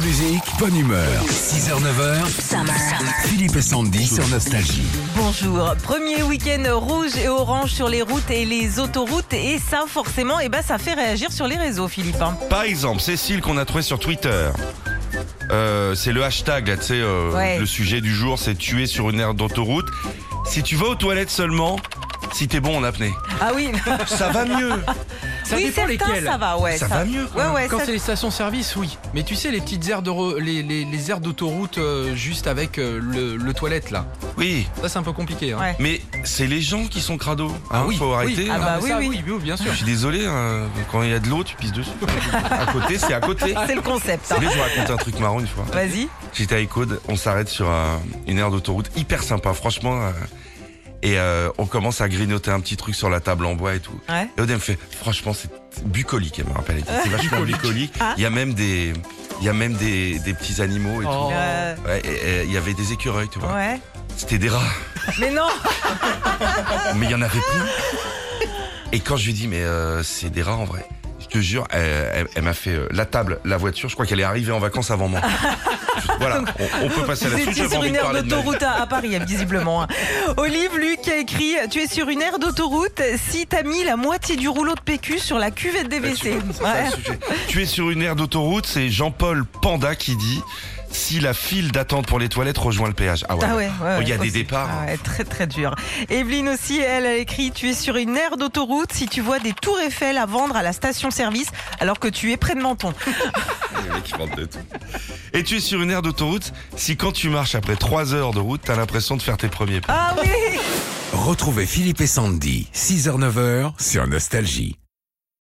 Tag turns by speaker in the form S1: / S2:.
S1: musique, bonne humeur. 6h, 9h,
S2: Summer.
S1: Philippe et Sandy sur Nostalgie.
S2: Bonjour. Premier week-end rouge et orange sur les routes et les autoroutes. Et ça, forcément, eh ben, ça fait réagir sur les réseaux, Philippe. hein.
S3: Par exemple, Cécile qu'on a trouvé sur Twitter. Euh, c'est le hashtag là, tu sais, euh,
S2: Ouais.
S3: le sujet du jour, c'est tuer sur une aire d'autoroute. Si tu vas aux toilettes seulement, si t'es bon en apnée,
S2: Ah oui,
S3: ça va mieux.
S4: Ça
S2: oui
S4: dépend
S2: certains,
S4: lesquels.
S2: ça va, ouais.
S3: Ça va mieux, quand
S2: Ouais, ouais,
S4: Quand
S2: ça-
S4: c'est les stations-service, oui. Mais tu sais, les petites aires de re- les, les- les aires d'autoroute euh, juste avec euh, le, le toilette là.
S3: Oui,
S4: Ça, c'est un peu compliqué. hein.
S2: Ouais.
S3: mais c'est les gens qui sont crados. hein, faut arrêter.
S2: Ah
S4: Non,
S2: bah
S4: mais
S2: oui,
S4: ça,
S2: oui.
S4: bien sûr.
S3: Je suis désolé, hein, quand il y a de l'eau, tu pisses dessus. à côté, c'est à côté.
S2: c'est le concept. hein.
S3: Vous voulez, je vous raconte un truc marrant une fois.
S2: Vas-y.
S3: J'étais avec Aude, on s'arrête sur euh, une aire d'autoroute hyper sympa, franchement. euh, et euh, on commence à grignoter un petit truc sur la table en bois et tout.
S2: Ouais.
S3: Et Aude, elle me fait, franchement, c'est bucolique, elle me rappelle. elle dit, C'est vachement bucolique.
S2: Ah.
S3: Il y a même des, il y a même des, des petits animaux et
S4: Oh.
S2: Euh,
S3: tout. Ouais, et- et il y avait des écureuils, tu vois.
S2: ouais.
S3: C'était des rats,
S2: Mais non,
S3: mais il y en avait plus. Et quand je lui dis, mais euh, c'est des rats en vrai. Je te jure, elle, elle- elle m'a fait euh, la table, la voiture. Je crois qu'elle est arrivée en vacances avant moi. voilà, on, on peut passer à
S2: vous
S3: la suite.
S2: étiez
S3: j'avais
S2: sur
S3: envie
S2: une
S3: de
S2: aire
S3: parler de ma vie.
S2: d'autoroute à, à Paris, visiblement. hein. Olive, lui, qui a écrit Tu es sur une aire d'autoroute si t'as mis la moitié du rouleau de PQ sur la cuvette des WC. Ouais.
S3: Tu es sur une aire d'autoroute, c'est Jean-Paul Panda qui dit si la file d'attente pour les toilettes rejoint le péage. Ah ouais.
S2: Ah ouais, ouais,
S3: Il y a
S2: ouais,
S3: des
S2: aussi.
S3: départs. hein.
S2: Ah ouais, très très dur. Evelyne aussi, elle a écrit Tu es sur une aire d'autoroute si tu vois des tours Eiffel à vendre à la station-service alors que tu es près de Menton.
S3: Les mecs, ils vendent de tout. Et tu es sur une aire d'autoroute si quand tu marches après 3 heures de route, t'as l'impression de faire tes premiers pas.
S2: Ah oui
S1: Retrouvez Philippe et Sandy, 6h, 9h sur Nostalgie.